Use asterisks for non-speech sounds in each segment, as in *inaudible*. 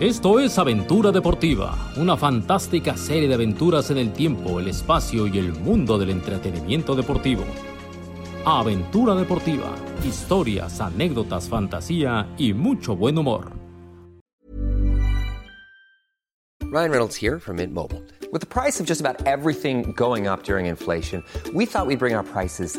Esto es Aventura Deportiva, una fantástica serie de aventuras en el tiempo, el espacio y el mundo del entretenimiento deportivo. Aventura Deportiva, historias, anécdotas, fantasía y mucho buen humor. Ryan Reynolds here from Mint Mobile. With the price of just about everything going up during inflation, we thought we'd bring our prices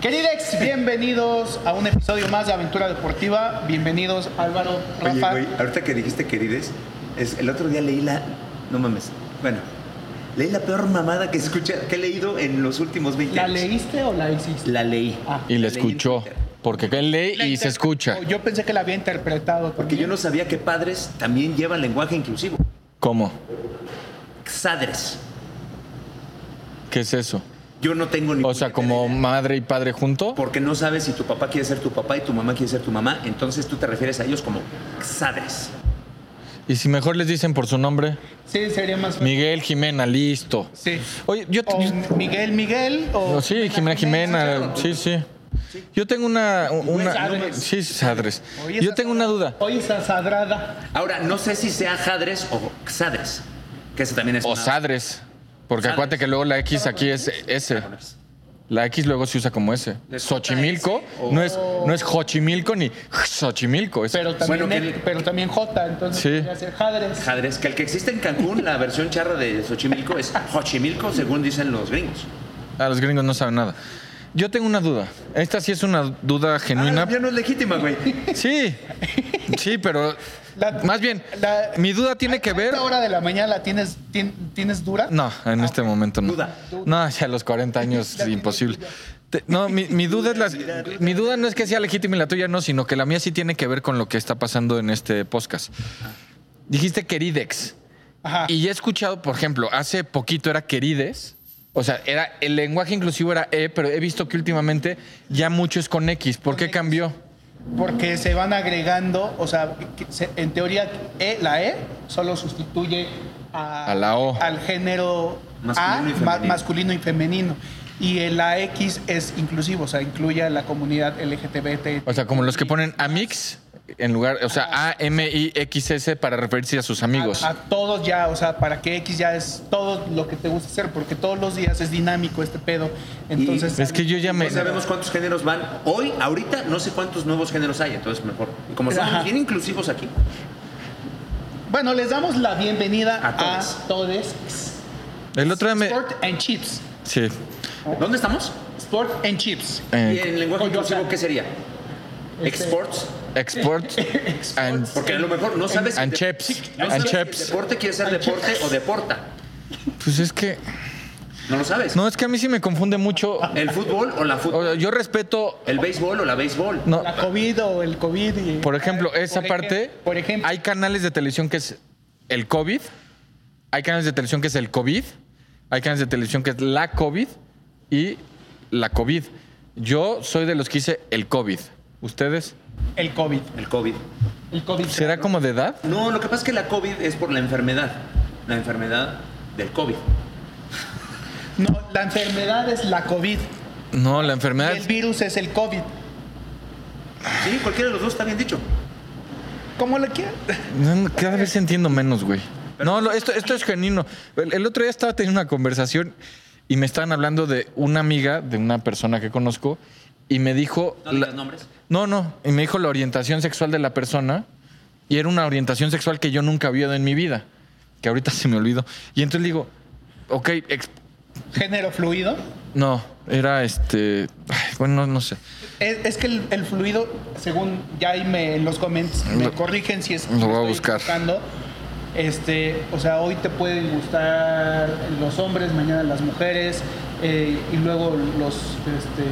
Queridex, bienvenidos a un episodio más de Aventura Deportiva. Bienvenidos Álvaro, Oye, Rafa. güey, ahorita que dijiste querides, es, el otro día leí la. No mames. Bueno, leí la peor mamada que escucha, que he leído en los últimos 20 ¿La años. leíste o la hiciste? La leí. Ah. Y la leí en escuchó. Twitter. Porque él lee La y se inter- escucha. Yo pensé que la había interpretado. Porque yo no sabía que padres también llevan lenguaje inclusivo. ¿Cómo? Xadres. ¿Qué es eso? Yo no tengo ni. O sea, puta como idea. madre y padre junto. Porque no sabes si tu papá quiere ser tu papá y tu mamá quiere ser tu mamá, entonces tú te refieres a ellos como xadres. Y si mejor les dicen por su nombre, Sí, sería más. Miguel Jimena, listo. Sí. Oye, yo te- O Miguel Miguel o. No, sí, Jimena Jimena, sí, sí. Yo tengo una, una Pues Sadres. sí, sí, Sadres. Oye, Yo esa- tengo una duda. Hoy está sadrada. Ahora, no sé si sea jadres o xadres, que eso también es. O una- Sadres, porque Sadres. acuérdate que luego la X aquí es S. La X luego se usa como S. Es Xochimilco o- no es no es Xochimilco ni Xochimilco, es Pero también, Bueno, X, que- pero también J, entonces Sí. podría ser Jadres. Jadres, que el que existe en Cancún, la versión charra de Xochimilco es Xochimilco, según dicen los gringos. a Ah, los gringos no saben nada. Yo tengo una duda. Esta sí es una duda genuina. Ah, ya no es legítima, güey. Sí, sí, pero La- más bien, la- mi duda tiene que ver. ¿Esta hora de la mañana la tienes, tien- tienes dura? Ah, No, en este momento no. Duda. No, ya a los 40 *laughs* años es imposible. Te- No, mi, mi *laughs* duda es la- mi duda no es que sea legítima y la tuya no, sino que la mía sí tiene que ver con lo que está pasando en este podcast. Dijiste queridex. Ajá. Y ya he escuchado, por ejemplo, hace poquito era querides. O sea, era, el lenguaje inclusivo era E, pero he visto que últimamente ya mucho es con X. ¿Por qué cambió? Porque se van agregando, o sea, que se- en teoría E, la E solo sustituye a, A la O. al género Masculino A, y ma- femenino. masculino y femenino. Y el- la X es inclusivo, o sea, incluye a la comunidad LGBT. O sea, como los que ponen Amix en lugar, o Ah. sea, A-M-I-X-S para referirse a sus amigos. A, a todos ya, o sea, para que X ya es todo lo que te gusta hacer, porque todos los días es dinámico este pedo. Entonces, Es que yo ya me... Pues, No sabemos cuántos géneros van. Hoy, ahorita, no sé cuántos nuevos géneros hay, entonces mejor. Y Como somos Ajá. bien inclusivos aquí. bueno, les damos la bienvenida A a todos. todos. El otro día me... Sport and Chips. Sí. ¿Dónde estamos? Sport and Chips. ¿Y Eh, en lenguaje Coyoacán. inclusivo qué sería? Exports. *laughs* export and, Porque a lo mejor no sabes. and si de- chips. no and sabes si chips. deporte quiere ser deporte o deporta. Pues es que... No lo sabes. No, es que a mí sí me confunde mucho. El fútbol o la O fútbol. sea, yo respeto... El béisbol o la béisbol. No, La COVID o el COVID. y- por ejemplo, esa Por ejem- parte... Por ejemplo, Hay canales de televisión que es el COVID. Hay canales de televisión que es el COVID. Hay canales de televisión que es la COVID y la COVID. Yo soy de los que hice el COVID. ¿Ustedes? el COVID. El COVID. El COVID. ¿Será como de edad? No, lo que pasa es que la COVID es por la enfermedad. La enfermedad del COVID. No, la enfermedad es la COVID. No, la y enfermedad... el virus es el COVID. Sí, cualquiera de los dos está bien dicho. ¿Cómo lo quieras? *laughs* No, no, Cada vez entiendo menos, güey. No, lo- esto, esto es genuino. El, el otro día estaba teniendo una conversación y me estaban hablando de una amiga, de una persona que conozco, y me dijo... No digas la- nombres. No, no, y me dijo la orientación sexual de la persona y era una orientación sexual que yo nunca había dado en mi vida, que ahorita se me olvidó. Y entonces le digo, ok, ex- Género fluido. no, era este... ay, bueno, no sé. Es, es que el, el fluido, según ya ahí me, en los comments, me Lo- corrigen si es. lo voy a estoy buscar. equivocando. Este, o sea, hoy te pueden gustar los hombres, mañana las mujeres, eh, y luego los, este,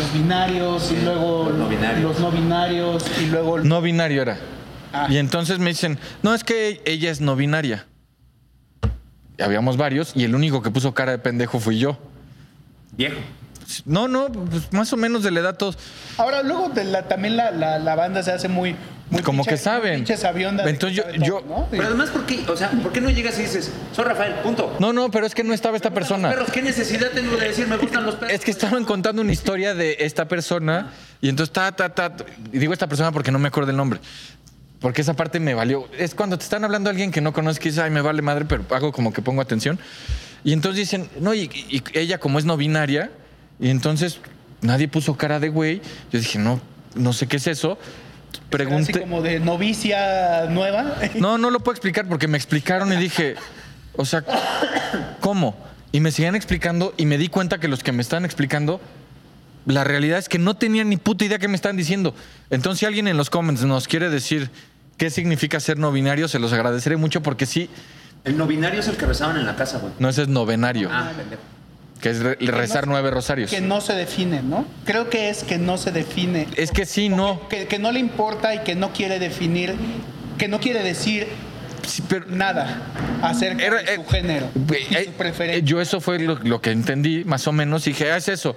los binarios, Sí, y luego los no binarios. los no binarios, y luego... No binario era. Ah. Y entonces me dicen, no, es que ella es no binaria. Y habíamos varios y el único que puso cara de pendejo fui yo. Viejo. No, no, pues, más o menos de la edad todos. Ahora, luego de la- también la, la- la banda se hace muy... muy Como pinche- que saben. Pinche sabionda de que Entonces yo- sabe todo, yo- ¿no? Pero además, ¿por qué? O sea, ¿por qué no llegas y dices, soy Rafael, punto? No, no, pero es que no estaba esta persona. Perros, ¿qué necesidad tengo de decir me gustan los perros? Es que estaban contando una historia de esta persona y entonces ta, ta, ta. Y digo esta persona porque no me acuerdo el nombre. Porque esa parte me valió. Es cuando te están hablando a alguien que no conoces, que dices, ay, me vale madre, pero hago como que pongo atención. Y entonces dicen, no, y, y ella como es no binaria, y entonces nadie puso cara de güey. Yo dije, no, no sé qué es eso. Así Pregunté. como de novicia nueva. *laughs* No, no lo puedo explicar porque me explicaron y dije, o sea, ¿cómo? Y me seguían explicando y me di cuenta que los que me estaban explicando, la realidad es que no tenían ni puta idea que me estaban diciendo. Entonces, si alguien en los comments nos quiere decir qué significa ser no binario, se los agradeceré mucho porque sí, El no binario es el que rezaban en la casa, güey. no ese es novenario, Ah, pendejo. que es re- rezar nueve rosarios. Que no se define, ¿no? Creo que es que no se define. Es que sí, no. Que, que no le importa y que no quiere definir, que no quiere decir Sí, pero- nada acerca Era- de su eh, género, Güey, y eh, su preferencia. eh, Yo eso fue lo, lo que entendí, más o menos. y Dije, ah, es eso.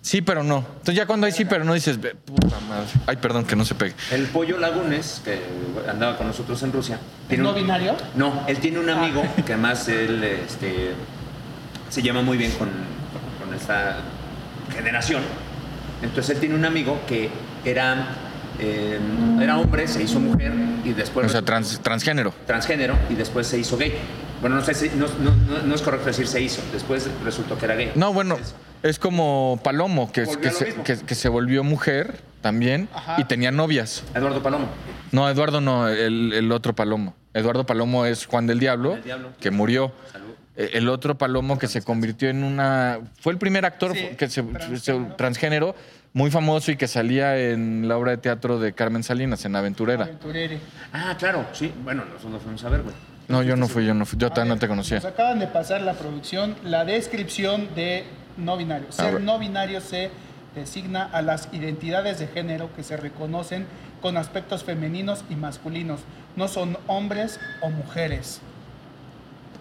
Sí, pero no. Entonces ya cuando hay sí, pero no dices, "Ve, puta madre. Ay, perdón, que no se pegue. El pollo Lagunes, que andaba con nosotros en Rusia. ¿No un- binario? No, él tiene un amigo que además él este, se llama muy bien con, con esta generación. Entonces él tiene un amigo que era, eh, era hombre, se hizo mujer y después... O sea, trans- transgénero. transgénero y después se hizo gay. Bueno, no, sé si- no, no- no- no es correcto decir se hizo, después resultó que era gay. No, bueno, es como Palomo, que, Volvió que a lo se, mismo. que- que se volvió mujer también Ajá. y tenía novias. Eduardo Palomo. No, Eduardo no, el, el otro Palomo. Eduardo Palomo es Juan del Diablo, del Diablo. que murió. Eh, El otro Palomo que se convirtió en una... Fue el primer actor Sí, que se, se- transgénero muy famoso y que salía en la obra de teatro de Carmen Salinas, en Aventurera. Aventurero. Ah, claro, sí. Bueno, nosotros lo fuimos a ver, güey. No, yo no fui, yo no Ah, fui. Yo todavía no te conocía. Nos acaban de pasar la producción, la descripción de no binario. ver. Ser no binario se designa a las identidades de género que se reconocen con aspectos femeninos y masculinos. No son hombres o mujeres.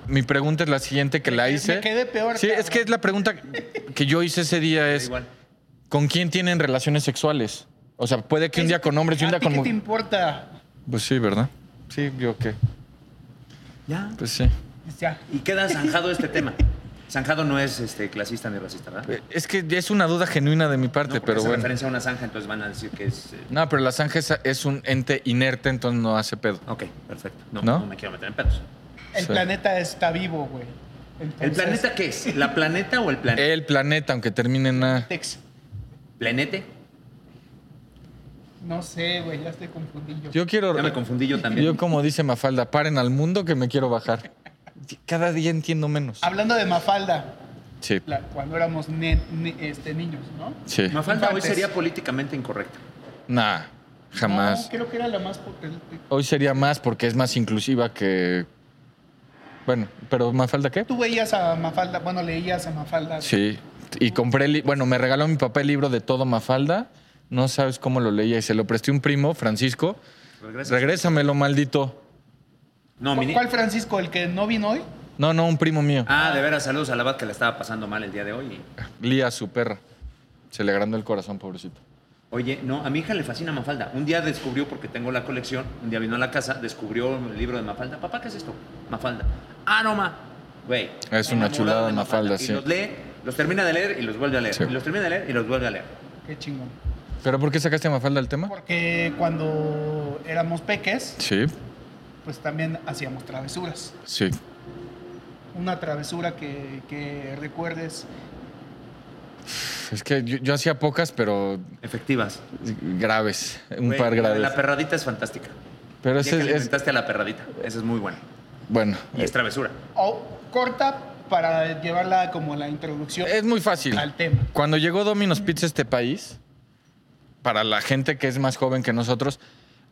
Mi pregunta es la siguiente que la quedé- hice. me quedé peor, Sí, es cabrón. que es la pregunta que yo hice ese día es Igual. ¿con quién tienen relaciones sexuales? O sea, puede que un día con hombres y un ¿A día ti con ¿Qué te mujeres. importa? Pues sí, ¿verdad? Sí, yo qué. Ya. Pues sí. Ya. Y queda zanjado este tema. Zanjado no es este, clasista ni racista, ¿verdad? Eh, Es que es una duda genuina de mi No, porque parte, Este, pero hace bueno. referencia a una zanja, entonces van a decir que es... eh, No, pero la zanja es, es un ente inerte, entonces no hace pedo. Ok, perfecto. No, ¿No? no me quiero meter en pedos. El Sí. planeta está vivo, güey. ¿El Entonces, planeta qué es? ¿La planeta o el planeta? El planeta, aunque termine en A. Tex. ¿Planete? No sé, güey, ya estoy confundido. Yo quiero. Ya me confundí yo también. Yo, como dice Mafalda, paren al mundo que me quiero bajar. Cada día entiendo menos. Hablando de Mafalda, Sí. la- cuando éramos ne- ne- este, niños, ¿no? Sí. Mafalda hoy Infantes. sería políticamente incorrecta. Nah, jamás. No, creo que era la más... po- el- el- Hoy sería más porque es más inclusiva que. Bueno, pero Mafalda qué? Tú veías a Mafalda, bueno, leías a Mafalda. Sí. Y compré, el li- bueno, me regaló mi papá el libro de todo Mafalda. No sabes cómo lo leía y se lo presté a un primo, Francisco. Regresa. Regrésamelo, maldito. No, ¿Cu- mini- ¿Cuál Francisco, el que no vino hoy? No, no, un primo mío. Ah, de veras, saludos a la Bat que la estaba pasando mal el día de hoy. Lía, su perra. Se le agrandó el corazón, pobrecito. Oye, no, a mi hija le fascina Mafalda. Un día descubrió, porque tengo la colección, un día vino a la casa, descubrió el libro de Mafalda. Papá, ¿qué es esto? Mafalda. Ah, no, ma. Güey. Es una enamorado chulada de Mafalda, sí. Y los lee, los termina de leer y los vuelve a leer. Sí. Y los termina de leer y los vuelve a leer. Qué chingón. ¿Pero por qué sacaste a Mafalda el tema? Porque cuando éramos peques, Sí, pues también hacíamos travesuras. sí. Una travesura que, que recuerdes. Es que yo, yo hacía pocas, pero Efectivas. graves. Un Güey, par la de graves. La perradita es fantástica. Pero Ya que le ese es. inventaste a la perradita. Esa es muy buena. Bueno. Y es travesura. O corta para llevarla como la introducción. Es muy fácil. al tema. Cuando llegó Domino's Pizza a este país, para la gente que es más joven que nosotros,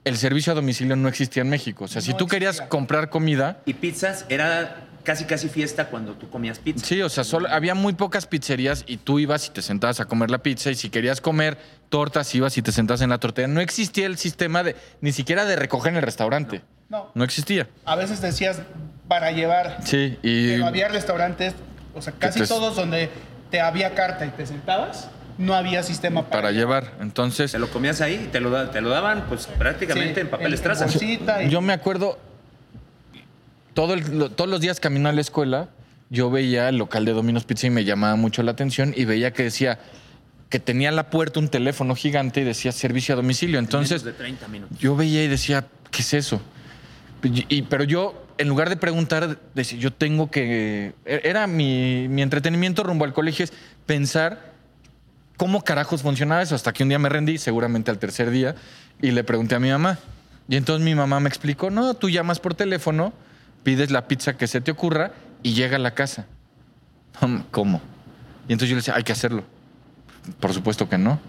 el servicio a domicilio no existía en México. O sea, si No tú querías existía. comprar comida, Y pizzas era casi casi fiesta cuando tú comías pizza. Sí, o sea, solo, había muy pocas pizzerías y tú ibas y te sentabas a comer la pizza y si querías comer tortas ibas y te sentabas en la tortera. No existía el sistema de ni siquiera de recoger en el restaurante. No. No. No existía. A veces decías para llevar. Sí, y Pero había restaurantes, o sea, casi te- todos donde te había carta y te sentabas, no había sistema para, para llevar. Entonces, Te lo comías ahí y te lo, da- te lo daban pues prácticamente Sí, en papel estraza. en bolsita y- yo me acuerdo todo el- lo- todos los días camino a la escuela, yo veía el local de Domino's Pizza y me llamaba mucho la atención y veía que decía que tenía en la puerta un teléfono gigante y decía servicio a domicilio. Entonces, Menos de 30 minutos. yo veía y decía, ¿qué es eso? Y- y- pero yo, en lugar de preguntar, decía, yo tengo que... e-, Era mi, mi entretenimiento rumbo al colegio, es pensar cómo carajos funcionaba eso. Hasta que un día me rendí, seguramente al tercer día, y le pregunté a mi mamá. Y entonces mi mamá me explicó, no, tú llamas por teléfono, pides la pizza que se te ocurra y llega a la casa. ¿Cómo? Y entonces yo le decía, hay que hacerlo. Por supuesto que no.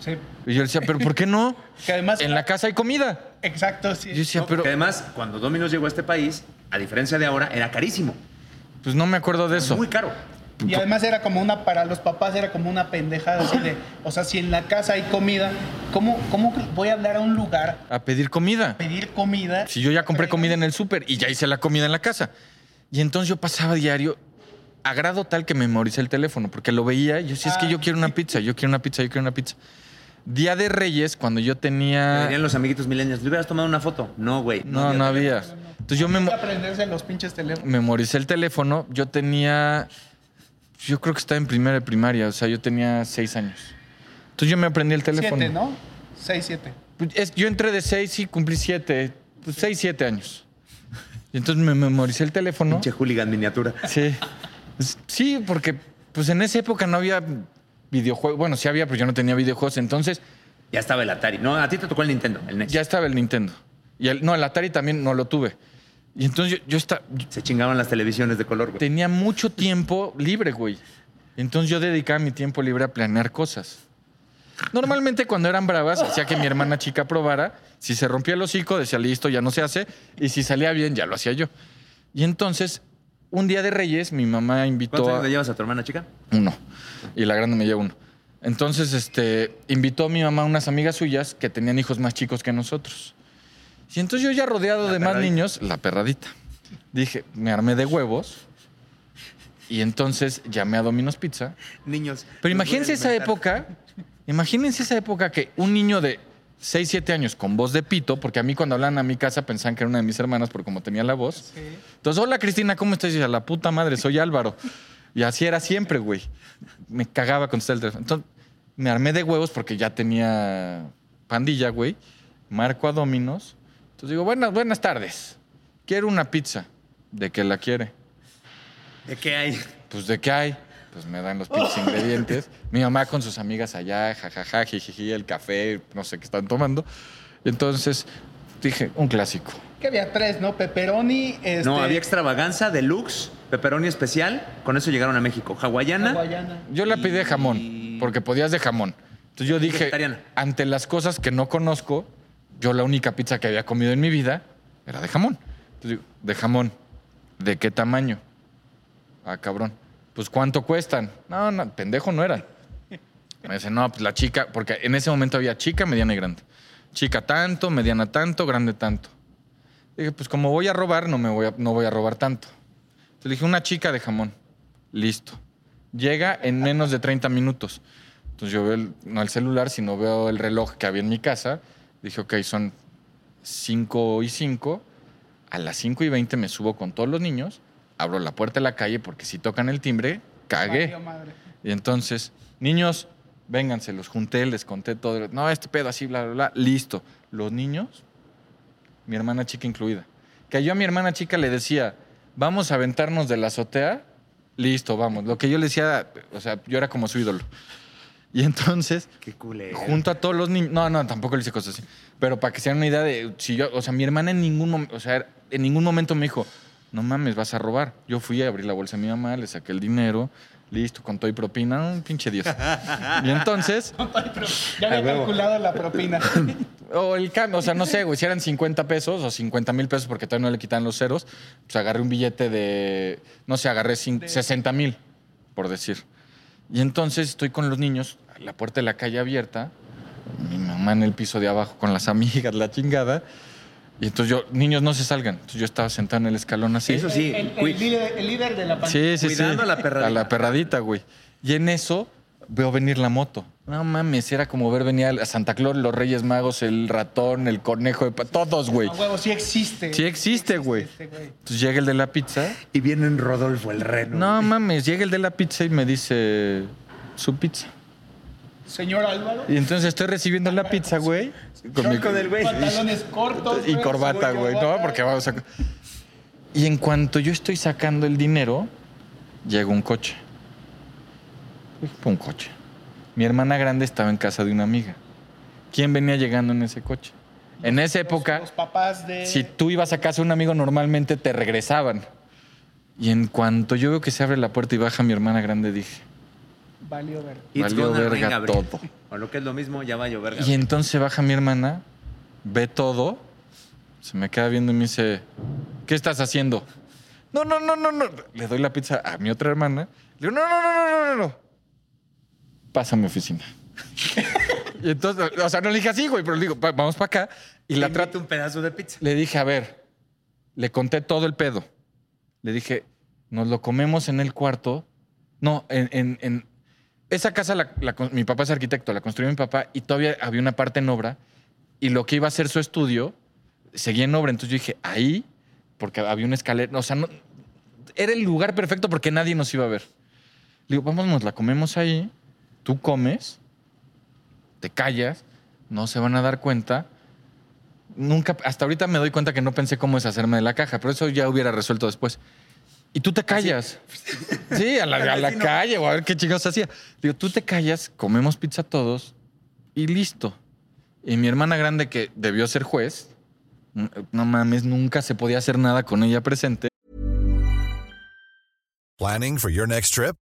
Sí, Y yo le decía, pero ¿por qué no? Que además- en la casa hay comida. exacto, sí. Yo decía, No, pero porque además, cuando Domino's llegó a este país, a diferencia de ahora, era carísimo. pues no me acuerdo de eso. Muy caro. Y además era como una, para los papás era como una pendejada así de, o sea, si en la casa hay comida, ¿cómo, cómo voy a hablar a un lugar, A pedir comida. pedir comida? Si yo ya compré comida en el súper y ya hice la comida en la casa. Y entonces yo pasaba diario a grado tal que memoricé el teléfono, porque lo veía y yo decía, es que yo quiero una pizza, yo quiero una pizza, yo quiero una pizza. Día de Reyes, cuando yo Me tenía... dirían los amiguitos milenios, ¿le hubieras tomado una foto? No, güey. Ah. No, no había. Entonces yo Hay memo- que aprenderse los pinches teléfonos. memoricé el teléfono, yo tenía... Yo creo que estaba en primera de primaria, o sea, yo tenía seis años. Entonces yo me aprendí el teléfono. Siete, ¿no? Seis, siete. Pues, es- yo entré de 6 y cumplí 7, pues 6, 7 años. Y entonces me memoricé el teléfono. Pinche hooligan miniatura. Sí. Pues, Sí, porque pues en esa época no había videojuegos. Bueno, sí había, pero yo no tenía videojuegos. Entonces Ya estaba el Atari. No, a ti te tocó el Nintendo, el NES. ya estaba el Nintendo. Y el, no, el Atari también no lo tuve. Y entonces yo, yo esta- yo Se chingaban las televisiones de color, güey. tenía mucho tiempo libre, güey. Entonces yo dedicaba mi tiempo libre a planear cosas. Normalmente cuando eran bravas, hacía que mi hermana chica probara. Si se rompía el hocico, decía, listo, ya no se hace. Y si salía bien, ya lo hacía yo. Y entonces, un día de Reyes, mi mamá invitó ¿Cuántos años a le llevas a tu hermana, chica? uno. Y la grande me lleva uno. Entonces, este, invitó a mi mamá a unas amigas suyas que tenían hijos más chicos que nosotros. Y entonces yo ya rodeado de más perradita. niños, la perradita. Dije, me armé de huevos. Y entonces llamé a Domino's Pizza. Niños. Pero los voy imagínense a esa alimentar. época, imagínense esa época que un niño de 6, 7 años con voz de pito, porque a mí cuando hablaban a mi casa pensaban que era una de mis hermanas por cómo tenía la voz. Entonces, hola Cristina, ¿cómo estás? Y yo, a la puta madre, soy Álvaro. Y así era siempre, güey. Me cagaba contestar el teléfono. Entonces, me armé de huevos porque ya tenía pandilla, güey. Marco a Dominos. Entonces digo, buenas, buenas tardes. Quiero una pizza. ¿De qué la quiere? ¿De qué hay? pues ¿de qué hay? Pues me dan los pinches ingredientes. Mi mamá con sus amigas allá, jajaja, jijiji, el café, no sé qué están tomando. Entonces dije, un clásico. Que había tres, ¿no? Pepperoni, este, No, había extravaganza, deluxe, pepperoni especial. Con eso llegaron a México. Hawaiana. hawaiana. Yo la pedí de jamón, porque podías de jamón. Entonces yo dije, Vegetariana. ante las cosas que no conozco, yo la única pizza que había comido en mi vida era de jamón. Entonces digo, de jamón, ¿de qué tamaño? Ah, cabrón. Pues ¿cuánto cuestan? No, no, pendejo no era. Me dice, no, pues la chica, porque en ese momento había chica, mediana y grande. Chica tanto, mediana tanto, grande tanto. Dije, pues como voy a robar, no, me voy a, no voy a robar tanto. Entonces le dije, una chica de jamón. Listo. Llega en menos de 30 minutos. Entonces yo veo, el- no el celular, sino veo el reloj que había en mi casa. Dije, ok, son 5 y 5. A las 5 y 20 me subo con todos los niños, abro la puerta de la calle porque si tocan el timbre, cagué. Valió madre. Y entonces, niños, vénganse, los junté, les conté todo. No, este pedo así, bla, bla, bla. Listo. Los niños, mi hermana chica incluida. Que yo a mi hermana chica le decía, vamos a aventarnos de la azotea. Listo, vamos. Lo que yo le decía, o sea, yo era como su ídolo. Y entonces, Qué culero. junto a todos los niños. No, no, tampoco le hice cosas así. Pero para que se den una idea de si yo, o sea, mi hermana en ningún momento, o sea, en ningún momento me dijo, no mames, vas a robar. Yo fui a abrir la bolsa de mi mamá, le saqué el dinero, listo, con todo y propina, un pinche dios. y entonces, Ya *laughs* había calculado la propina. o el cambio, o sea, no sé, güey, si eran 50 pesos o 50 mil pesos porque todavía no le quitan los ceros, pues agarré un billete de, no sé, agarré cin- 60 mil, por decir. Y entonces estoy con los niños, a la puerta de la calle abierta, mi mamá en el piso de abajo con las *laughs* amigas, la chingada. Y entonces yo, niños, no se salgan. Entonces yo estaba sentado en el escalón así. Eso *laughs* sí, El, el cuid- líder, el líder de la pandilla. Sí, sí, Cuidando sí. a la perradita. A la perradita, güey. Y en eso veo venir la moto. No mames, era como ver venir a Santa Claus, los Reyes Magos, el ratón, el conejo, de pa- todos, güey. A huevo, sí existe. Sí existe, güey. este güey. Entonces llega el de la pizza. Y viene en Rodolfo el reno. No mames, llega el de la pizza y me dice su pizza. Señor Álvaro, Y entonces estoy recibiendo la pizza, güey. Con mi- Con el güey. pantalones cortos. y güey, corbata, güey. No, corbata. porque vamos a. Y en cuanto yo estoy sacando el dinero, llega un coche. Dije, "Pues, Un coche. Mi hermana grande estaba en casa de una amiga. ¿Quién venía llegando en ese coche? En esa época, Los papás de. si tú ibas a casa de un amigo, normalmente te regresaban. Y en cuanto yo veo que se abre la puerta y baja mi hermana grande, dije. Valió ver. It's Valió gonna verga rain, Gabriel. todo. O lo que es lo mismo, ya va a llover. Y Gabriel. entonces baja mi hermana, ve todo, se me queda viendo y me dice, ¿qué estás haciendo? No, no, no, no, no. Le doy la pizza a mi otra hermana. Le digo, no, no, no, no, no, no, no. Pasa a mi oficina. *laughs* y entonces, o sea, no le dije así, güey, pero le digo, "Va- vamos para acá. Y la Te invito trato. un pedazo de pizza. Le dije, a ver, le conté todo el pedo. Le dije, nos lo comemos en el cuarto. No, en. en- en- esa casa, la- la con- mi papá es arquitecto, la construyó mi papá y todavía había una parte en obra. Y lo que iba a ser su estudio seguía en obra. Entonces yo dije, ahí, porque había una escalera. O sea, no, era el lugar perfecto porque nadie nos iba a ver. Le digo, vamos, nos la comemos ahí. Tú comes, te callas, no se van a dar cuenta nunca, hasta ahorita me doy cuenta que no pensé cómo deshacerme de la caja, pero eso ya hubiera resuelto después. Y tú te callas. Sí, a la, a la calle o a ver qué chingados hacía. Digo, tú te callas, comemos pizza todos y listo. Y mi hermana grande, que debió ser juez, n- no mames, nunca se podía hacer nada con ella presente. Planning for your next trip?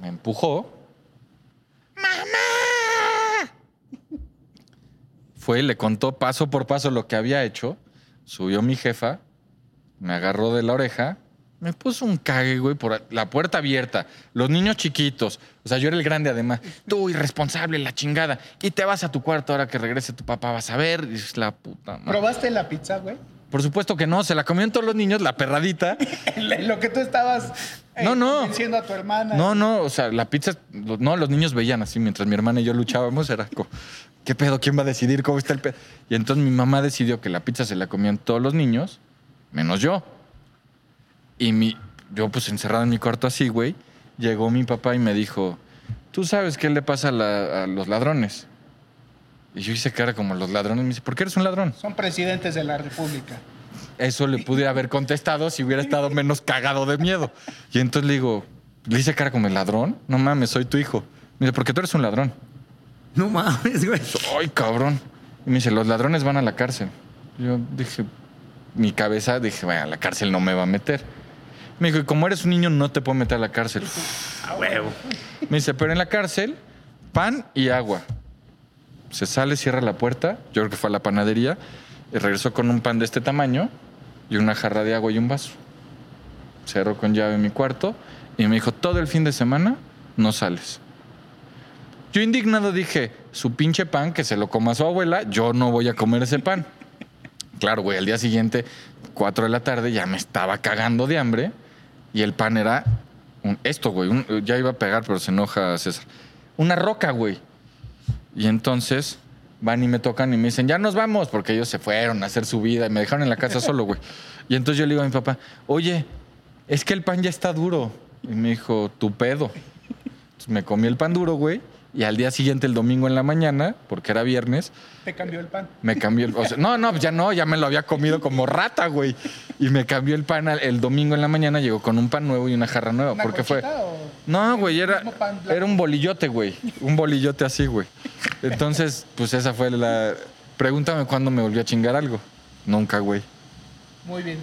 me empujó. ¡Mamá! Fue, le contó paso por paso lo que había hecho. Subió mi jefa, me agarró de la oreja, me puso un cague, güey, por la puerta abierta. Los niños chiquitos. O sea, yo era el grande además. Tú, irresponsable, la chingada. Y te vas a tu cuarto ahora que regrese tu papá, vas a ver. Y dices, la puta madre. ¿Probaste la pizza, güey? Por supuesto que no, se la comieron todos los niños, la perradita. *laughs* En Lo que tú estabas. No, no. Diciendo a tu hermana. No, no, o sea, la pizza, lo- no, los niños veían así mientras mi hermana y yo luchábamos, era como, ¿qué pedo? ¿Quién va a decidir cómo está el pedo? Y entonces mi mamá decidió que la pizza se la comían todos los niños, menos yo. Y mi, yo pues encerrado en mi cuarto así, güey, llegó mi papá y me dijo, ¿tú sabes qué le pasa a, la- a los ladrones? Y yo hice cara como los ladrones, me dice, ¿por qué eres un ladrón? Son presidentes de la República. Eso le pude haber contestado si hubiera estado menos cagado de miedo. Y entonces le digo, le hice cara como el ladrón. No mames, soy tu hijo. Me dice, porque tú eres un ladrón. Pues, No mames, güey. Ay, cabrón. Y me dice, los ladrones van a la cárcel. Yo dije, mi cabeza, dije, vaya, a la cárcel no me va a meter. Me dijo, y como eres un niño, no te puedo meter a la cárcel. A huevo. Me dice, pero en la cárcel, pan y agua. Se sale, cierra la puerta. Yo creo que fue a la panadería. Y regresó con un pan de este tamaño y una jarra de agua y un vaso. Cerró con llave mi cuarto y me dijo, todo el fin de semana no sales. Yo indignado dije, su pinche pan, que se lo coma su abuela, yo no voy a comer ese pan. Claro, güey, al día siguiente, 4 de la tarde, ya me estaba cagando de hambre y el pan era un- esto, güey. un- ya iba a pegar, pero se enoja César. Una roca, güey. Y entonces Van y me tocan y me dicen, ya nos vamos, porque ellos se fueron a hacer su vida y me dejaron en la casa solo, güey. Y entonces yo le digo a mi papá, oye, es que el pan ya está duro. Y me dijo, tu pedo. Entonces me comí el pan duro, güey. Y al día siguiente, el domingo en la mañana, porque era viernes, Te cambió el pan. me cambió el. o sea, no, no, ya no, ya me lo había comido como rata, güey. Y me cambió el pan al- el domingo en la mañana, llegó con un pan nuevo y una jarra nueva. ¿Una porque fue. cochita o No, güey, el era, mismo pan blanco? era un bolillote, güey. Un bolillote así, güey. Entonces, pues esa fue la. Pregúntame cuándo me volvió a chingar algo. Nunca, güey. Muy bien.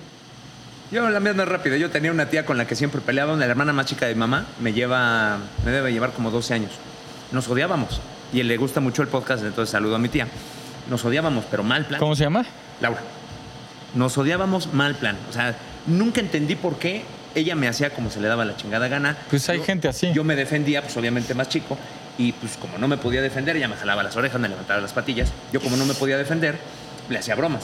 Yo la mía es más rápida. Yo tenía una tía con la que siempre peleaba, una hermana más chica de mi mamá, me lleva, me debe llevar como 12 años. Nos odiábamos y le gusta mucho el podcast, entonces saludo a mi tía. Nos odiábamos, pero mal plan. ¿Cómo se llama? Laura. Nos odiábamos mal plan. O sea, nunca entendí por qué ella me hacía como se le daba la chingada gana. Pues hay Yo- gente así. Yo me defendía, pues obviamente más chico. Y pues como no me podía defender, ella me jalaba las orejas, me levantaba las patillas. Yo como no me podía defender, le hacía bromas.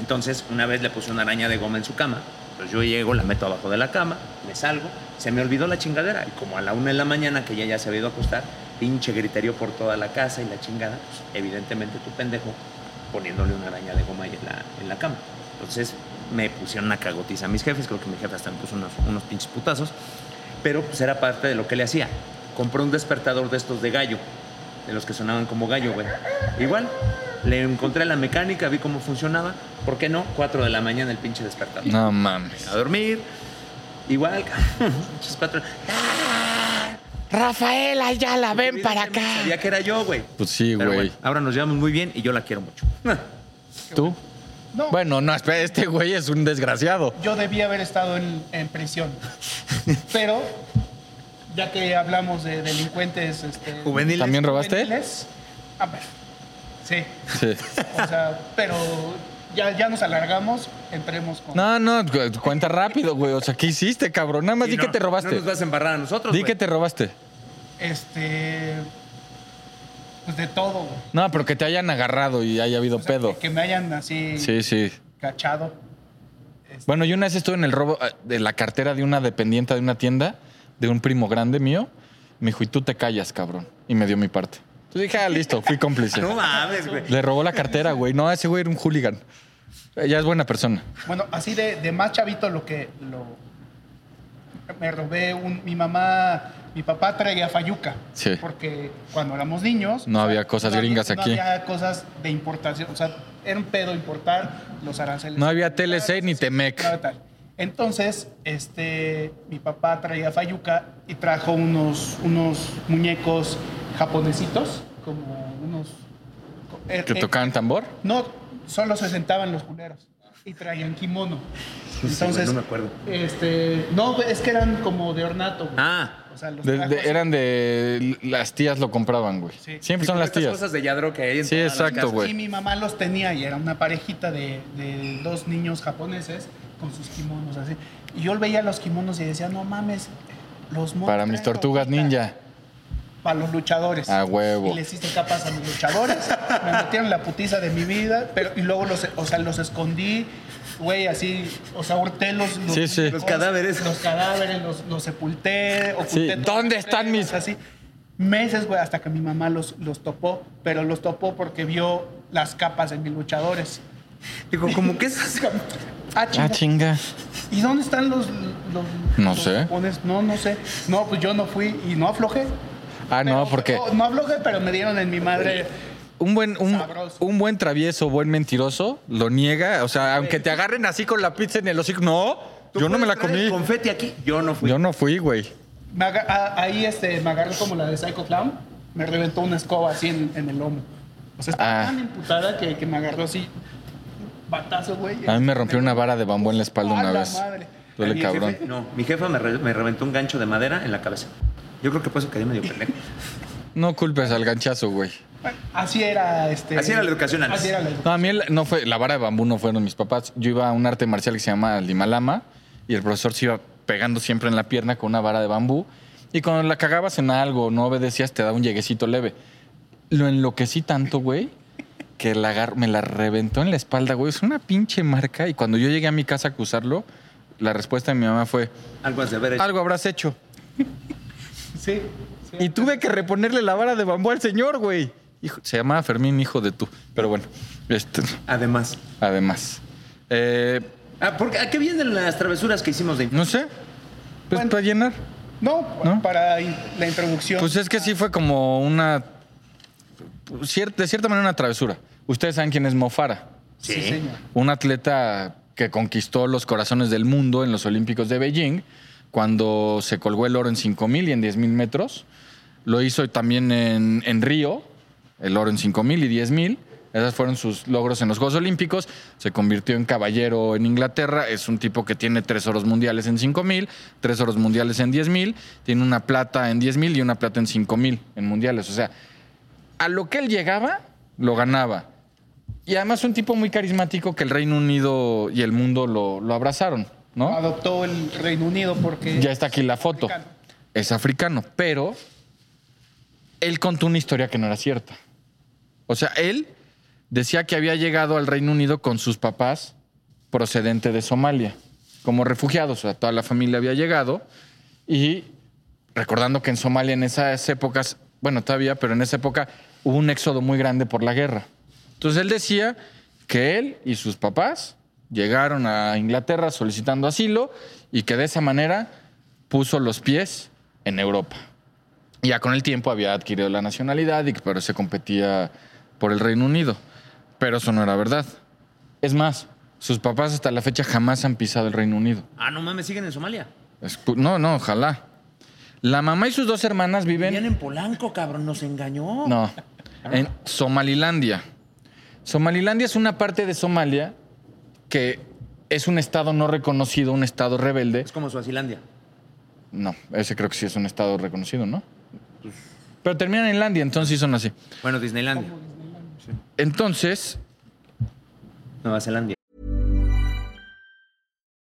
Entonces, una vez le puse una araña de goma en su cama. Pues yo llego, la meto abajo de la cama, me salgo, se me olvidó la chingadera. Y como a la una de la mañana, que ella ya se había ido a acostar, pinche griterío por toda la casa y la chingada. pues, evidentemente, tu pendejo, poniéndole una araña de goma ahí en la, en la cama. Entonces, me pusieron una cagotiza a mis jefes. Creo que mi jefe hasta me puso unos, unos pinches putazos. Pero pues era parte de lo que le hacía. Compró un despertador de estos de gallo, de los que sonaban como gallo, güey. Igual, le encontré la mecánica, vi cómo funcionaba. ¿Por qué no? 4 de la mañana el pinche despertador. No mames. A dormir. Igual, *laughs* pinches cuatro. Rafael Ayala, ven para acá. Sabía que era yo, güey. Pues sí, Pero güey. bueno, ahora nos llevamos muy bien y yo la quiero *laughs* mucho. ¿Tú? No. Bueno, no, espera, este güey es un desgraciado. Yo debía haber estado en, en prisión. *laughs* Pero, ya que hablamos de delincuentes este, Juveniles. ¿También robaste? juveniles, a ver, sí. Sí. O sea, *laughs* pero ya, ya nos alargamos, entremos con. No, no, güey, cuenta rápido, güey. O sea, ¿qué hiciste, cabrón? Nada más Y di no- que te No robaste. nos vas a embarrar a nosotros. di güey. que te robaste. Este. Pues de todo, güey. No, pero que te hayan agarrado y haya habido O sea, pedo. Que, que me hayan así Sí, sí. cachado. Bueno, yo una vez estuve en el robo eh, de la cartera de una dependiente de una tienda, de un primo grande mío. Me dijo, y tú te callas, cabrón. Y me dio mi parte. Yo dije, ah, listo, fui *laughs* cómplice. No mames, *laughs* güey. Le robó la cartera, güey. No, ese güey era un hooligan. Ella es buena persona. Bueno, así de, de más chavito lo que lo me robé un mi mamá, mi papá traía fayuca. Sí. Porque cuando éramos niños No había cosas gringas no aquí. había cosas de importación, o sea, era un pedo importar los aranceles. No había TLC ni Temec. No había tal. Entonces, este, mi papá traía fayuca y trajo unos unos muñecos japonesitos, como unos eh, ¿Que tocaban tambor? no, solo se sentaban los culeros y traían kimono. Entonces, no me acuerdo. Este, no, es que eran como de ornato. güey. Ah. O sea, los De- de- trajo así. eran de... Las tías lo compraban, güey. Sí. Siempre son Como las estas tías. cosas de yadro que hay en Sí, todas las exacto, casas. güey. Y mi mamá los tenía y era una parejita de, de dos niños japoneses con sus kimonos así. Y yo veía los kimonos y decía, no mames, los monos Para mis traen tortugas ropita". ninja. Para los luchadores. A huevo. Y les hice capas a mis luchadores. me metieron la putiza de mi vida. Pero, y luego los, o sea, los escondí, güey, así. O sea, hurté los, los, Sí, sí. Los cadáveres. Los cadáveres, los, los sepulté. oculté Sí, todos ¿dónde los están restos, mis- Así. Meses, güey, hasta que mi mamá los, los topó. Pero los topó porque vio las capas de mis luchadores. Digo, como que esas. Ah, chinga. Ah, chinga. ¿Y dónde están los, los- No los sé. japoneses? No, no sé. No, pues yo no fui y no aflojé. Ah, no, Pero- porque... oh, no aflojé, pero me dieron en mi madre. Un buen, un, Sabroso. un buen travieso, buen mentiroso, lo niega. O sea, aunque te agarren así con la pizza en el hocico, no, Tú yo no me la puedes traer comí. Confeti aquí. Yo no fui. Yo no fui, güey. Me aga- a- ahí este, me agarró como la de Psycho Clown, me reventó una escoba así en, en el lomo. O sea, estaba Ah. tan emputada que, que me agarró así, batazo, güey. A mí me rompió una vara de bambú en la espalda ¡A una la vez. madre! Duele Mi cabrón. jefe- no, mi jefa me, re- me reventó un gancho de madera en la cabeza. Yo creo que por eso quedé medio *laughs* pendejo. No culpes al ganchazo, güey. Bueno, así era este. Así era la educación antes. Así era la educación. No, a mí el- no fue, la vara de bambú no fueron mis papás. Yo iba a un arte marcial que se llama Limalama y el profesor se iba pegando siempre en la pierna con una vara de bambú. Y cuando la cagabas en algo, no obedecías, te daba un lleguecito leve. Lo enloquecí tanto, güey, que la agar- me la reventó en la espalda, güey. Es una pinche marca. Y cuando yo llegué a mi casa a acusarlo, la respuesta de mi mamá fue, Algo has de haber hecho. algo habrás *laughs* hecho. Sí. sí. Y tuve que reponerle la vara de bambú al señor, güey. Hijo, se llamaba Fermín, hijo de tú. Pero bueno, este, Además. además. Eh, Ah, porque, ¿A qué vienen las travesuras que hicimos de no sé. Pues Bueno. para llenar. No, ¿No? para in- la introducción. Pues es que sí fue como una. cier- de cierta manera, una travesura. Ustedes saben quién es Mofara. sí, señor. un atleta que conquistó los corazones del mundo en los Olímpicos de Beijing, cuando se colgó el oro en 5.000 y en 10.000 metros. Lo hizo también en, en Río, el oro en 5.000 y 10.000. Esos fueron sus logros en los Juegos Olímpicos. Se convirtió en caballero en Inglaterra. Es un tipo que tiene tres oros mundiales en 5.000, tres oros mundiales en 10.000, tiene una plata en 10.000 y una plata en 5.000 en mundiales. O sea, a lo que él llegaba, lo ganaba. Y además un tipo muy carismático que el Reino Unido y el mundo lo, lo abrazaron, ¿no? Adoptó el Reino Unido porque. Ya está aquí la foto. Africano. Es africano, pero él contó una historia que no era cierta. O sea, él decía que había llegado al Reino Unido con sus papás procedente de Somalia, como refugiados, o sea, toda la familia había llegado y recordando que en Somalia en esas épocas, bueno, todavía, pero en esa época hubo un éxodo muy grande por la guerra. Entonces él decía que él y sus papás llegaron a Inglaterra solicitando asilo y que de esa manera puso los pies en Europa. Ya con el tiempo había adquirido la nacionalidad, y, pero se competía por el Reino Unido. Pero eso no era verdad. Es más, sus papás hasta la fecha jamás han pisado el Reino Unido. Ah, no mames, siguen en Somalia. Es pu- No, no, ojalá. La mamá y sus dos hermanas viven... Vienen en Polanco, cabrón, nos engañó. No. En Somalilandia. Somalilandia es una parte de Somalia que es un estado no reconocido, un estado rebelde. Es como Suazilandia. No, ese creo que sí es un estado reconocido, ¿no? Pero terminan en Landia, entonces sí son así. Bueno, Disneylandia. Entonces, Nueva Zelandia.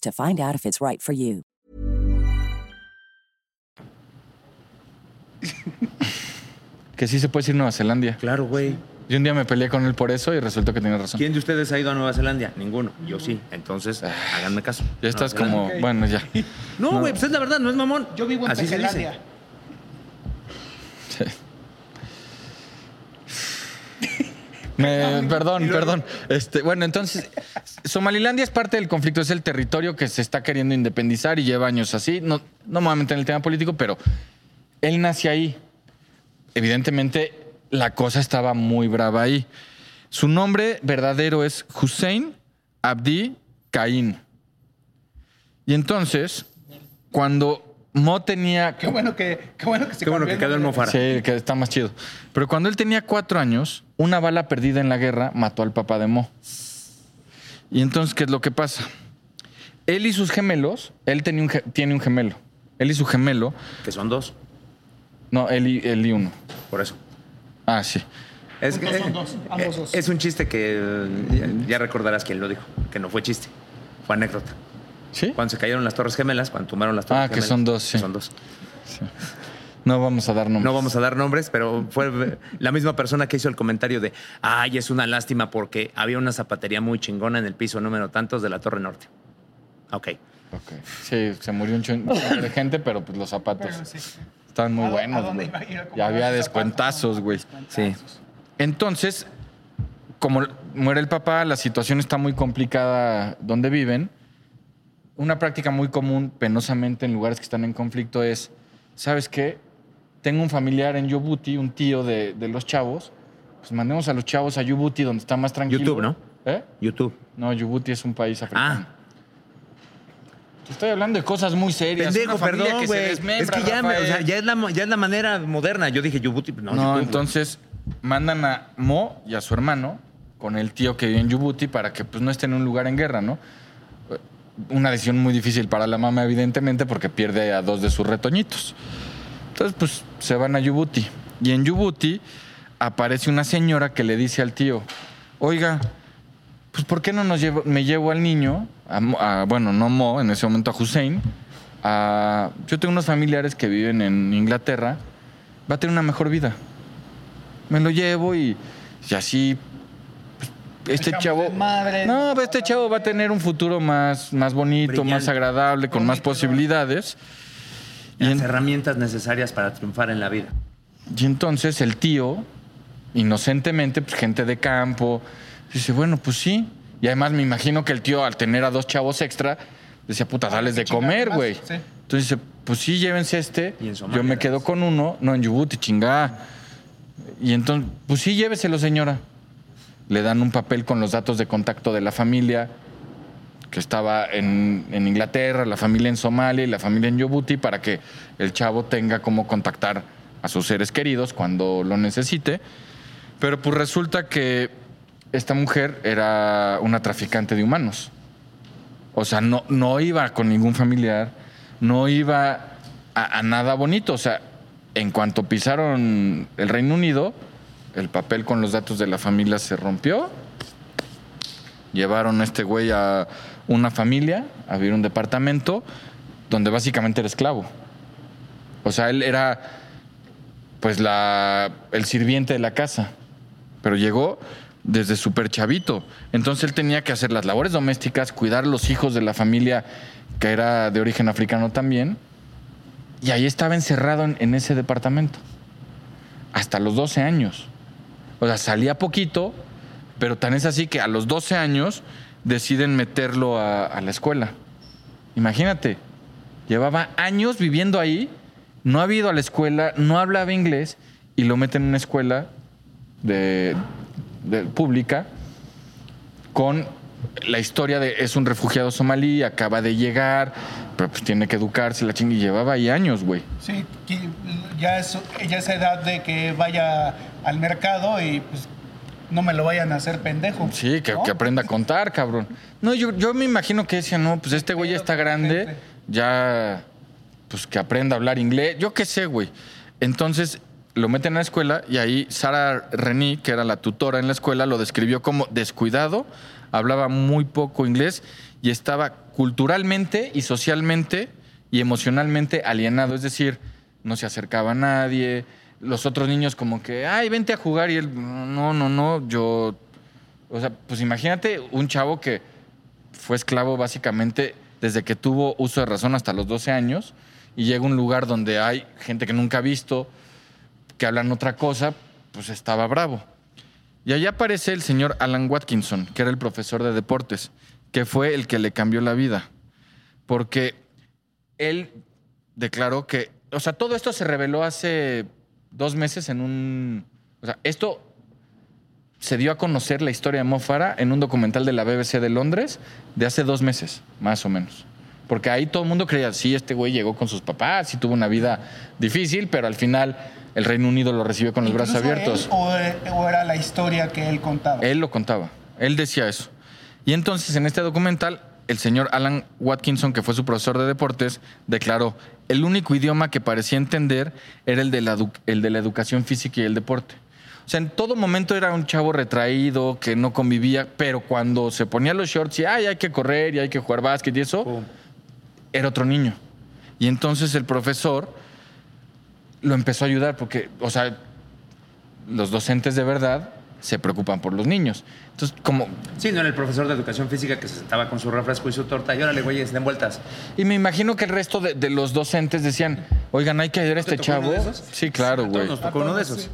to find out if it's right for you. que sí se puede decir Nueva Zelandia. Claro, güey. Yo un día me peleé con él por eso y resultó que tenía razón. ¿Quién de ustedes ha ido a Nueva Zelandia? Ninguno. Yo sí. Entonces, háganme caso. Ah. Ya estás Nueva como, Ok. bueno, ya. Zelandia. No, güey, pues es la verdad, no es mamón. Yo vivo en Así se dice. Tejelandia. Me- perdón, perdón. Este, bueno, entonces, Somalilandia es parte del conflicto, es el territorio que se está queriendo independizar y lleva años así. No, no me voy a meter en el tema político, pero él nace ahí. Evidentemente, la cosa estaba muy brava ahí. Su nombre verdadero es Hussein Abdi Caín. Y entonces, cuando Mo tenía Qué bueno que, qué bueno que se Qué bueno cambió que el quedó el nombre. Mofara. Sí, el que está más chido. Pero cuando él tenía cuatro años, una bala perdida en la guerra mató al papá de Mo. Y entonces, ¿qué es lo que pasa? Él y sus gemelos, él tenía un ge- tiene un gemelo. Él y su gemelo, Que son dos, no, él y, él y uno. por eso. Ah, sí. Es, eh, Juntos son dos, ambos dos. es un chiste que eh, ya- ya recordarás quién lo dijo, que no fue chiste, fue anécdota. ¿Sí? Cuando se cayeron las Torres Gemelas, cuando tumbaron las Torres Ah, que Gemelas. son dos, sí. que Son dos. No vamos a dar nombres. No vamos a dar nombres, pero fue la misma persona que hizo el comentario de, ay, es una lástima porque había una zapatería muy chingona en el piso número tantos de la Torre Norte. Ok. Ok. Sí, se murió un chun- chingo de gente, pero pues los zapatos Pero sí. estaban muy ¿A- a buenos. dónde güey. iba a ir a comprar Y había zapatos? descuentazos, güey. Sí. Entonces, como muere el papá, la situación está muy complicada donde viven. Una práctica muy común, penosamente, en lugares que están en conflicto es, ¿sabes qué? Tengo un familiar en Yobuti, un tío de, de los chavos, pues mandemos a los chavos a Djibouti, donde está más tranquilo. YouTube, ¿no? ¿Eh? YouTube. No, Djibouti es un país africano. Ah, Te estoy hablando de cosas muy serias. pendejo, Una familia perdón, que se güey. Es desmembra, que ya, me- o Rafael. sea, ya es la, mo- ya es la manera moderna. Yo dije Yubuti, no, No, YouTube, entonces mandan a Mo y a su hermano con el tío que vive en Djibouti para que pues, no estén en un lugar en guerra, ¿no? Eh, Una decisión muy difícil para la mamá, evidentemente, porque pierde a dos de sus retoñitos. Entonces, pues se van a Djibouti. Y en Djibouti aparece una señora que le dice al tío, oiga, pues ¿por qué no nos llevo- me llevo al niño, a Mo- a- bueno, no Mo, en ese momento a Hussein, a- yo tengo unos familiares que viven en Inglaterra, va a tener una mejor vida. Me lo llevo y, y así pues, este Echamos chavo... desmadre. no, pues, este chavo va a tener un futuro más, más bonito, más Brillante. agradable, con más posibilidades. Y las en- herramientas necesarias para triunfar en la vida. y entonces el tío, inocentemente, pues, gente de campo, dice, bueno, pues sí. Y además me imagino que el tío, al tener a dos chavos extra, decía, Ah, puta, dales de chingar comer, más, güey. sí. Entonces dice, pues sí, llévense este. Y en Somalia, Yo me ¿verdad? quedo con uno, no, en Djibouti, chingá. Y entonces, pues sí, lléveselo, señora. Le dan un papel con los datos de contacto de la familia que estaba en, en Inglaterra, la familia en Somalia y la familia en Djibouti para que el chavo tenga cómo contactar a sus seres queridos cuando lo necesite. Pero pues resulta que esta mujer era una traficante de humanos. O sea, no, no iba con ningún familiar, no iba a, a nada bonito. O sea, en cuanto pisaron el Reino Unido, el papel con los datos de la familia se rompió. Llevaron a este güey a una familia, a vivir un departamento, donde básicamente era esclavo. O sea, él era pues la, el sirviente de la casa, pero llegó desde súper chavito. Entonces él tenía que hacer las labores domésticas, cuidar los hijos de la familia que era de origen africano también, y ahí estaba encerrado en, en ese departamento, hasta los 12 años. O sea, salía poquito, pero tan es así que a los 12 años deciden meterlo a, a la escuela. Imagínate, llevaba años viviendo ahí, no había ido a la escuela, no hablaba inglés y lo meten en una escuela de, de- pública con la historia de es un refugiado somalí, acaba de llegar, pero pues tiene que educarse, la chinga, y llevaba ahí años, güey. Sí, que ya es, ya es edad de que vaya al mercado y pues no me lo vayan a hacer pendejo. Sí, que, ¿no? que aprenda a contar, cabrón. No, yo, yo me imagino que decía, no, pues este güey ya está grande, ya, pues que aprenda a hablar inglés, yo qué sé, güey. Entonces lo meten a la escuela y ahí Sara Reni, que era la tutora en la escuela, lo describió como descuidado, hablaba muy poco inglés y estaba culturalmente y socialmente y emocionalmente alienado, es decir, no se acercaba a nadie. Los otros niños como que, ay, vente a jugar y él, no, no, no, yo o sea, pues imagínate un chavo que fue esclavo básicamente desde que tuvo uso de razón hasta los 12 años y llega a un lugar donde hay gente que nunca ha visto, que hablan otra cosa, pues estaba bravo. Y allá aparece el señor Alan Watkinson, que era el profesor de deportes, que fue el que le cambió la vida. Porque él declaró que, o sea, todo esto se reveló hace dos meses en un... O sea, esto se dio a conocer la historia de Mo Farah en un documental de la BBC de Londres de hace dos meses, más o menos. Porque ahí todo el mundo creía, sí, este güey llegó con sus papás y tuvo una vida difícil, pero al final el Reino Unido lo recibió con los brazos ¿Incluso abiertos. Eh. él o, e- o era la historia que él contaba? Él lo contaba. Él decía eso. Y entonces en este documental, el señor Alan Watkinson, que fue su profesor de deportes, declaró, el único idioma que parecía entender era el de la, edu- el de la educación física y el deporte. O sea, en todo momento era un chavo retraído, que no convivía, pero cuando se ponía los shorts y Ay, hay que correr y hay que jugar básquet y eso, era otro niño. Y entonces el profesor lo empezó a ayudar porque, o sea, los docentes de verdad se preocupan por los niños. Entonces, como, Sí, no era el profesor de educación física que se sentaba con su refresco y su torta y órale, güey, den vueltas. y me imagino que el resto de, de los docentes decían, oigan, hay que ayudar a este ¿Te tocó uno chavo. de esos? Sí, claro, A todos güey. Nos tocó uno de esos.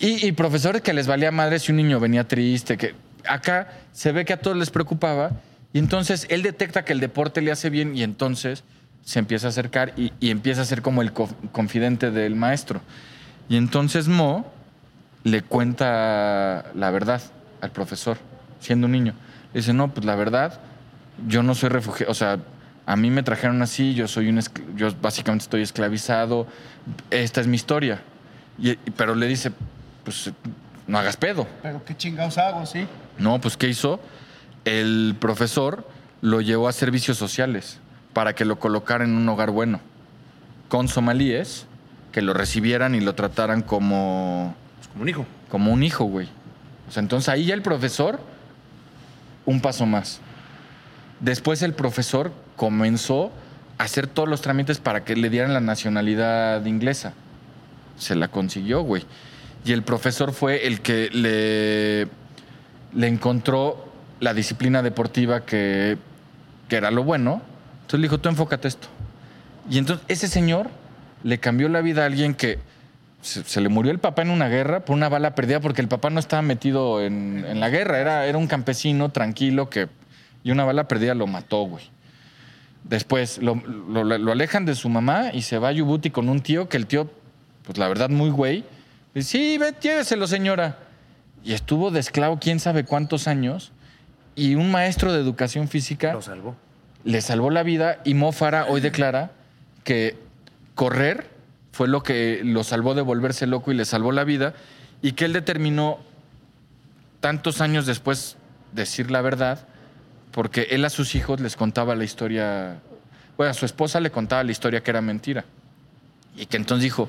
Y, y profesores que les valía madre si un niño venía triste, que acá se ve que a todos les preocupaba, y entonces él detecta que el deporte le hace bien y entonces se empieza a acercar y, y empieza a ser como el co- confidente del maestro. Y entonces Mo le cuenta la verdad al profesor, siendo un niño. Le dice, no, pues la verdad, yo no soy refugiado, o sea, a mí me trajeron así, yo soy un, escl- yo básicamente estoy esclavizado, esta es mi historia. Y- y- pero le dice, pues no hagas pedo. Pero qué chingados hago, ¿sí? No, pues ¿qué hizo? El profesor lo llevó a servicios sociales para que lo colocara en un hogar bueno, con somalíes, que lo recibieran y lo trataran como... Pues, como un hijo. Como un hijo, güey. O sea, entonces ahí ya el profesor, un paso más. Después el profesor comenzó a hacer todos los trámites para que le dieran la nacionalidad inglesa. Se la consiguió, güey. Y el profesor fue el que le le encontró la disciplina deportiva que, que era lo bueno. Entonces le dijo, tú enfócate a esto. Y entonces ese señor le cambió la vida a alguien que se, se le murió el papá en una guerra por una bala perdida porque el papá no estaba metido en, en la guerra. Era, era un campesino tranquilo que... Y una bala perdida lo mató, güey. Después lo, lo- lo alejan de su mamá y se va a Yubuti con un tío que el tío, pues la verdad, muy güey. Dice, sí, ve, lléveselo, señora y estuvo de esclavo quién sabe cuántos años y un maestro de educación física lo salvó. Le salvó la vida y Mo Farah hoy declara que correr fue lo que lo salvó de volverse loco y le salvó la vida y que él determinó tantos años después decir la verdad porque él a sus hijos les contaba la historia, bueno, a su esposa le contaba la historia que era mentira y que entonces dijo,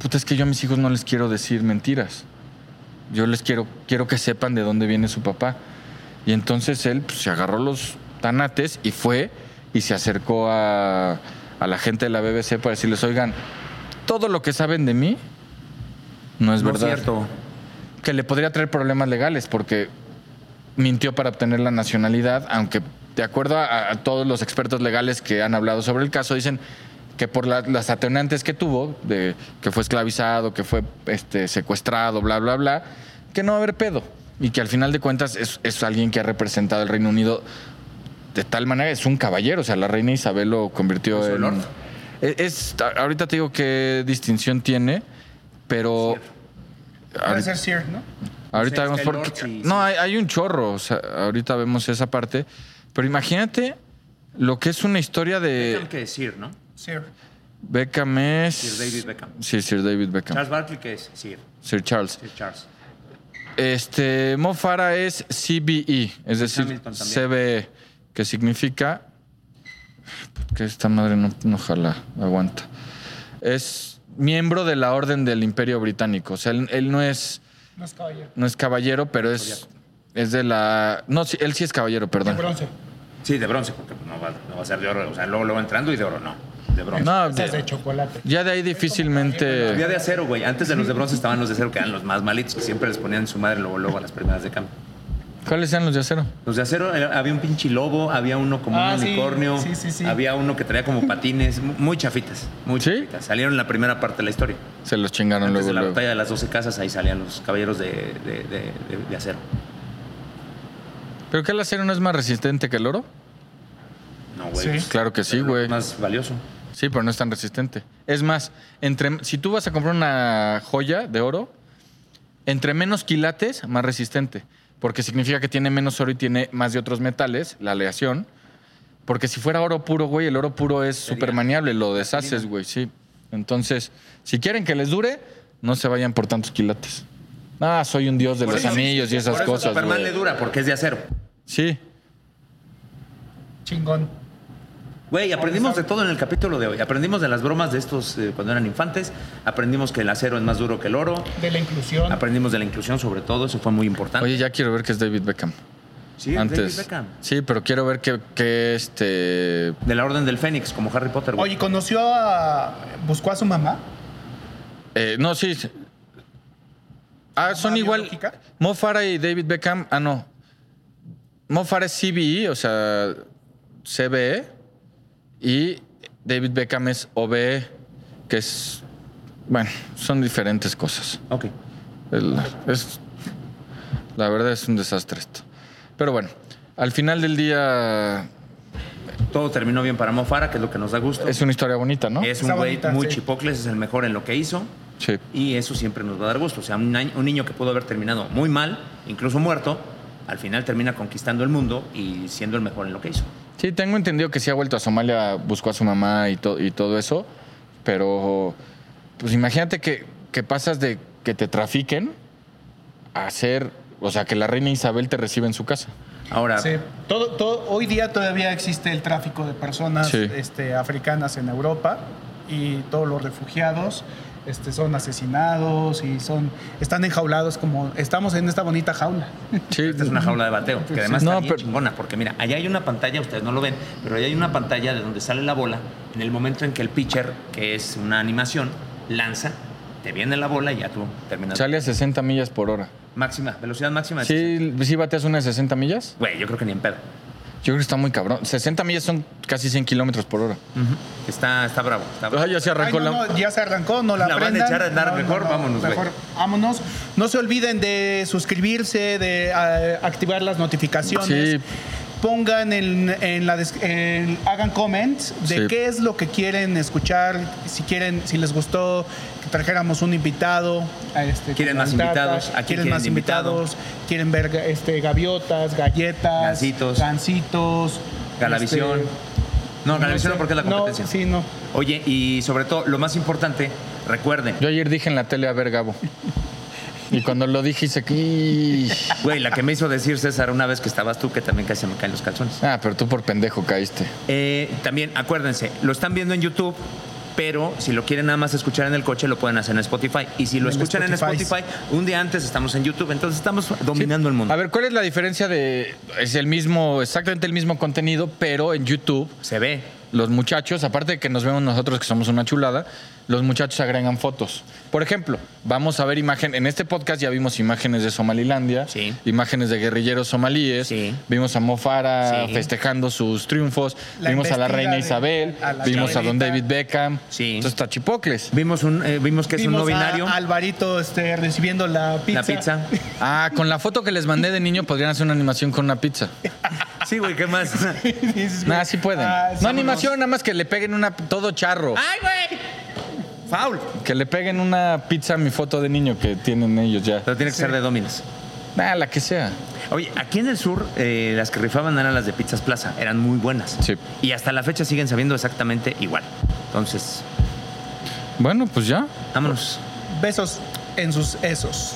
puta, es que yo a mis hijos no les quiero decir mentiras yo les quiero, quiero que sepan de dónde viene su papá. Y entonces él pues, se agarró los tanates y fue y se acercó a, a la gente de la BBC para decirles, oigan, todo lo que saben de mí no es No es verdad. cierto. Que le podría traer problemas legales porque mintió para obtener la nacionalidad, aunque de acuerdo a, a todos los expertos legales que han hablado sobre el caso, dicen que por la- las atenuantes que tuvo, de que fue esclavizado, que fue este, secuestrado, bla, bla, bla, que no va a haber pedo. Y que al final de cuentas es, es alguien que ha representado el Reino Unido de tal manera, es un caballero. O sea, la reina Isabel lo convirtió en. Es, es- a- ahorita te digo qué distinción tiene, pero. Puede ser Sir, ¿no? Ahorita Sí, vemos está el por qué. Orchi, No, hay, hay un chorro. o sea, ahorita vemos esa parte. Pero imagínate lo que es una historia de. Beckham que decir, ¿no? Sir. Beckham es. Sir David Beckham. Sí, Sir David Beckham. Charles Barkley que es Sir. Sir Charles. Sir Charles. Este, Mo Farah es CBE, es decir, Hamilton también. CBE, que significa que esta madre no, no jala, aguanta. Es miembro de la Orden del Imperio Británico. O sea, él, él no es No es caballero. no es caballero, pero es, es de la. No, sí, él sí es caballero, De perdón. bronce. Sí, de bronce, porque pues, no va, no va a ser de oro. O sea, luego, luego entrando y de oro, no. De bronce. No, Esas de de- chocolate. ya de ahí Había difícilmente. de acero, güey. Antes de los de bronce estaban los de acero, que eran los más malitos, que siempre les ponían su madre luego, luego a las primeras de cambio. ¿Cuáles sean los de acero? Los de acero, eh, había un pinche lobo, había uno como Ah, un sí, unicornio, sí, sí, sí. había uno que traía como patines, mu- muy chafitas, muy ¿Sí? chafitas. Salieron en la primera parte de la historia. Se los chingaron Antes luego. de la luego. batalla de las 12 casas, ahí salían los caballeros de, de- de- de- de acero. ¿Pero que el acero no es más resistente que el oro? No, güey. pues, Sí. Claro que sí, güey. Más valioso. Sí, pero no es tan resistente. Es más, entre, si tú vas a comprar una joya de oro, entre menos quilates, más resistente. Porque significa que tiene menos oro y tiene más de otros metales, la aleación. Porque si fuera oro puro, güey, el oro puro es súper maniable, lo deshaces, güey, sí. Entonces, si quieren que les dure, no se vayan por tantos quilates. Ah, soy un dios de los eso- anillos y esas Por eso cosas, Superman güey. le dura porque es de acero. Sí. Chingón. Güey, aprendimos de todo en el capítulo de hoy. Aprendimos de las bromas de estos eh, cuando eran infantes. Aprendimos que el acero es más duro que el oro. De la inclusión. Aprendimos de la inclusión, sobre todo. Eso fue muy importante. Oye, ya quiero ver que es David Beckham. sí, David Antes. Beckham. Sí, pero quiero ver que, que este. De la Orden del Fénix, como Harry Potter, güey. Oye, conoció a. Buscó a su mamá. Eh, no, sí. sí. Ah, son igual. biológica? Mo Farah y David Beckham. Ah, no. Mo Farah es CBE, o sea, CBE. Y David Beckham es OBE, que es. Bueno, son diferentes cosas. Ok. El- es- la verdad es un desastre esto. Pero bueno, al final del día Todo terminó bien para Mofara, que es lo que nos da gusto. es una historia bonita, ¿no? Es un Está güey bonita, muy sí. chipocles, es el mejor en lo que hizo. Sí. Y eso siempre nos va a dar gusto. O sea, un, año- un niño que pudo haber terminado muy mal, incluso muerto, al final termina conquistando el mundo y siendo el mejor en lo que hizo. Sí, tengo entendido que sí ha vuelto a Somalia, buscó a su mamá y, to- y todo eso, pero pues imagínate que, que pasas de que te trafiquen a ser, o sea, que la reina Isabel te recibe en su casa. Ahora, Sí. Todo, todo, hoy día todavía existe el tráfico de personas Sí. este, africanas en Europa y todos los refugiados este, son asesinados y son están enjaulados como estamos en esta bonita jaula. sí, Esta es una jaula de bateo, que además No, está bien pero- chingona, porque mira, allá hay una pantalla, ustedes no lo ven, pero allá hay una pantalla de donde sale la bola, en el momento en que el pitcher, que es una animación, lanza, te viene la bola y ya tú terminas. sale a 60 millas por hora. Máxima, velocidad máxima. de 60. Ah, ¿Sí, ¿Sí bateas una de 60 millas? Güey, yo creo que ni en pedo. Yo creo que está muy cabrón. 60 millas son casi 100 kilómetros por hora. Está, está bravo. Está bravo. Ay, ya se arrancó Ay, no, la... no, ya se arrancó, no la, La van a prendan. echar a andar, mejor vámonos, güey. Mejor vámonos. No se olviden de suscribirse, de eh, activar las notificaciones. Sí. Pongan en, en la des- en- hagan comments de Sí. qué es lo que quieren escuchar, si quieren, si les gustó que trajéramos un invitado, a este, ¿Quieren como más el Tata, invitados? ¿A quién quieren quieren más de invitado? invitados, quieren ver ga- este gaviotas, galletas, Gansitos. gansitos, Galavisión. este, No, Galavisión sé. no, porque es la competencia. No, sí, no. Oye, y sobre todo, lo más importante, recuerden, Yo ayer dije en la tele a ver Gabo. Y cuando lo dije hice... "Ih". güey, la que me hizo decir César una vez que estabas tú, que también casi se me caen los calzones. Ah, pero tú por pendejo caíste. Eh, también, acuérdense, lo están viendo en YouTube, pero si lo quieren nada más escuchar en el coche, lo pueden hacer en Spotify. Y si lo En el escuchan en Spotify. Spotify, un día antes estamos en YouTube. Entonces estamos dominando Sí. el mundo. A ver, ¿cuál es la diferencia de. Es el mismo, exactamente el mismo contenido, pero en YouTube, Se ve. los muchachos, aparte de que nos vemos nosotros que somos una chulada, los muchachos agregan fotos. Por ejemplo, vamos a ver imagen. En este podcast ya vimos imágenes de Somalilandia, Sí. imágenes de guerrilleros somalíes, Sí. vimos a Mofara Sí. festejando sus triunfos, La vimos a la embestida reina de- Isabel, a la vimos a don David Chabelita. Beckham. Sí. Entonces está Chipocles. Vimos, un, eh, vimos que es un Vimos no binario. a Alvarito este, recibiendo la pizza. La pizza. Ah, con la foto que les mandé de niño podrían hacer una animación con una pizza. Sí, güey, ¿qué *laughs* más? *laughs* Y dices, güey, Nada, sí pueden. ah, no vámonos. animación, nada más que le peguen una todo charro. ¡Ay, güey! ¡Foul! Que le peguen una pizza a mi foto de niño que tienen ellos ya. Pero tiene que ser de Dominos. Ah, la que sea. Oye, aquí en el sur, eh, las que rifaban eran las de Pizzas Plaza. Eran muy buenas. Sí. Y hasta la fecha siguen sabiendo exactamente igual. Entonces, Bueno, pues ya. vámonos. Besos en sus esos.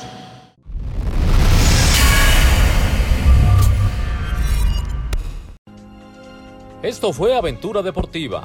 Esto fue Aventura Deportiva.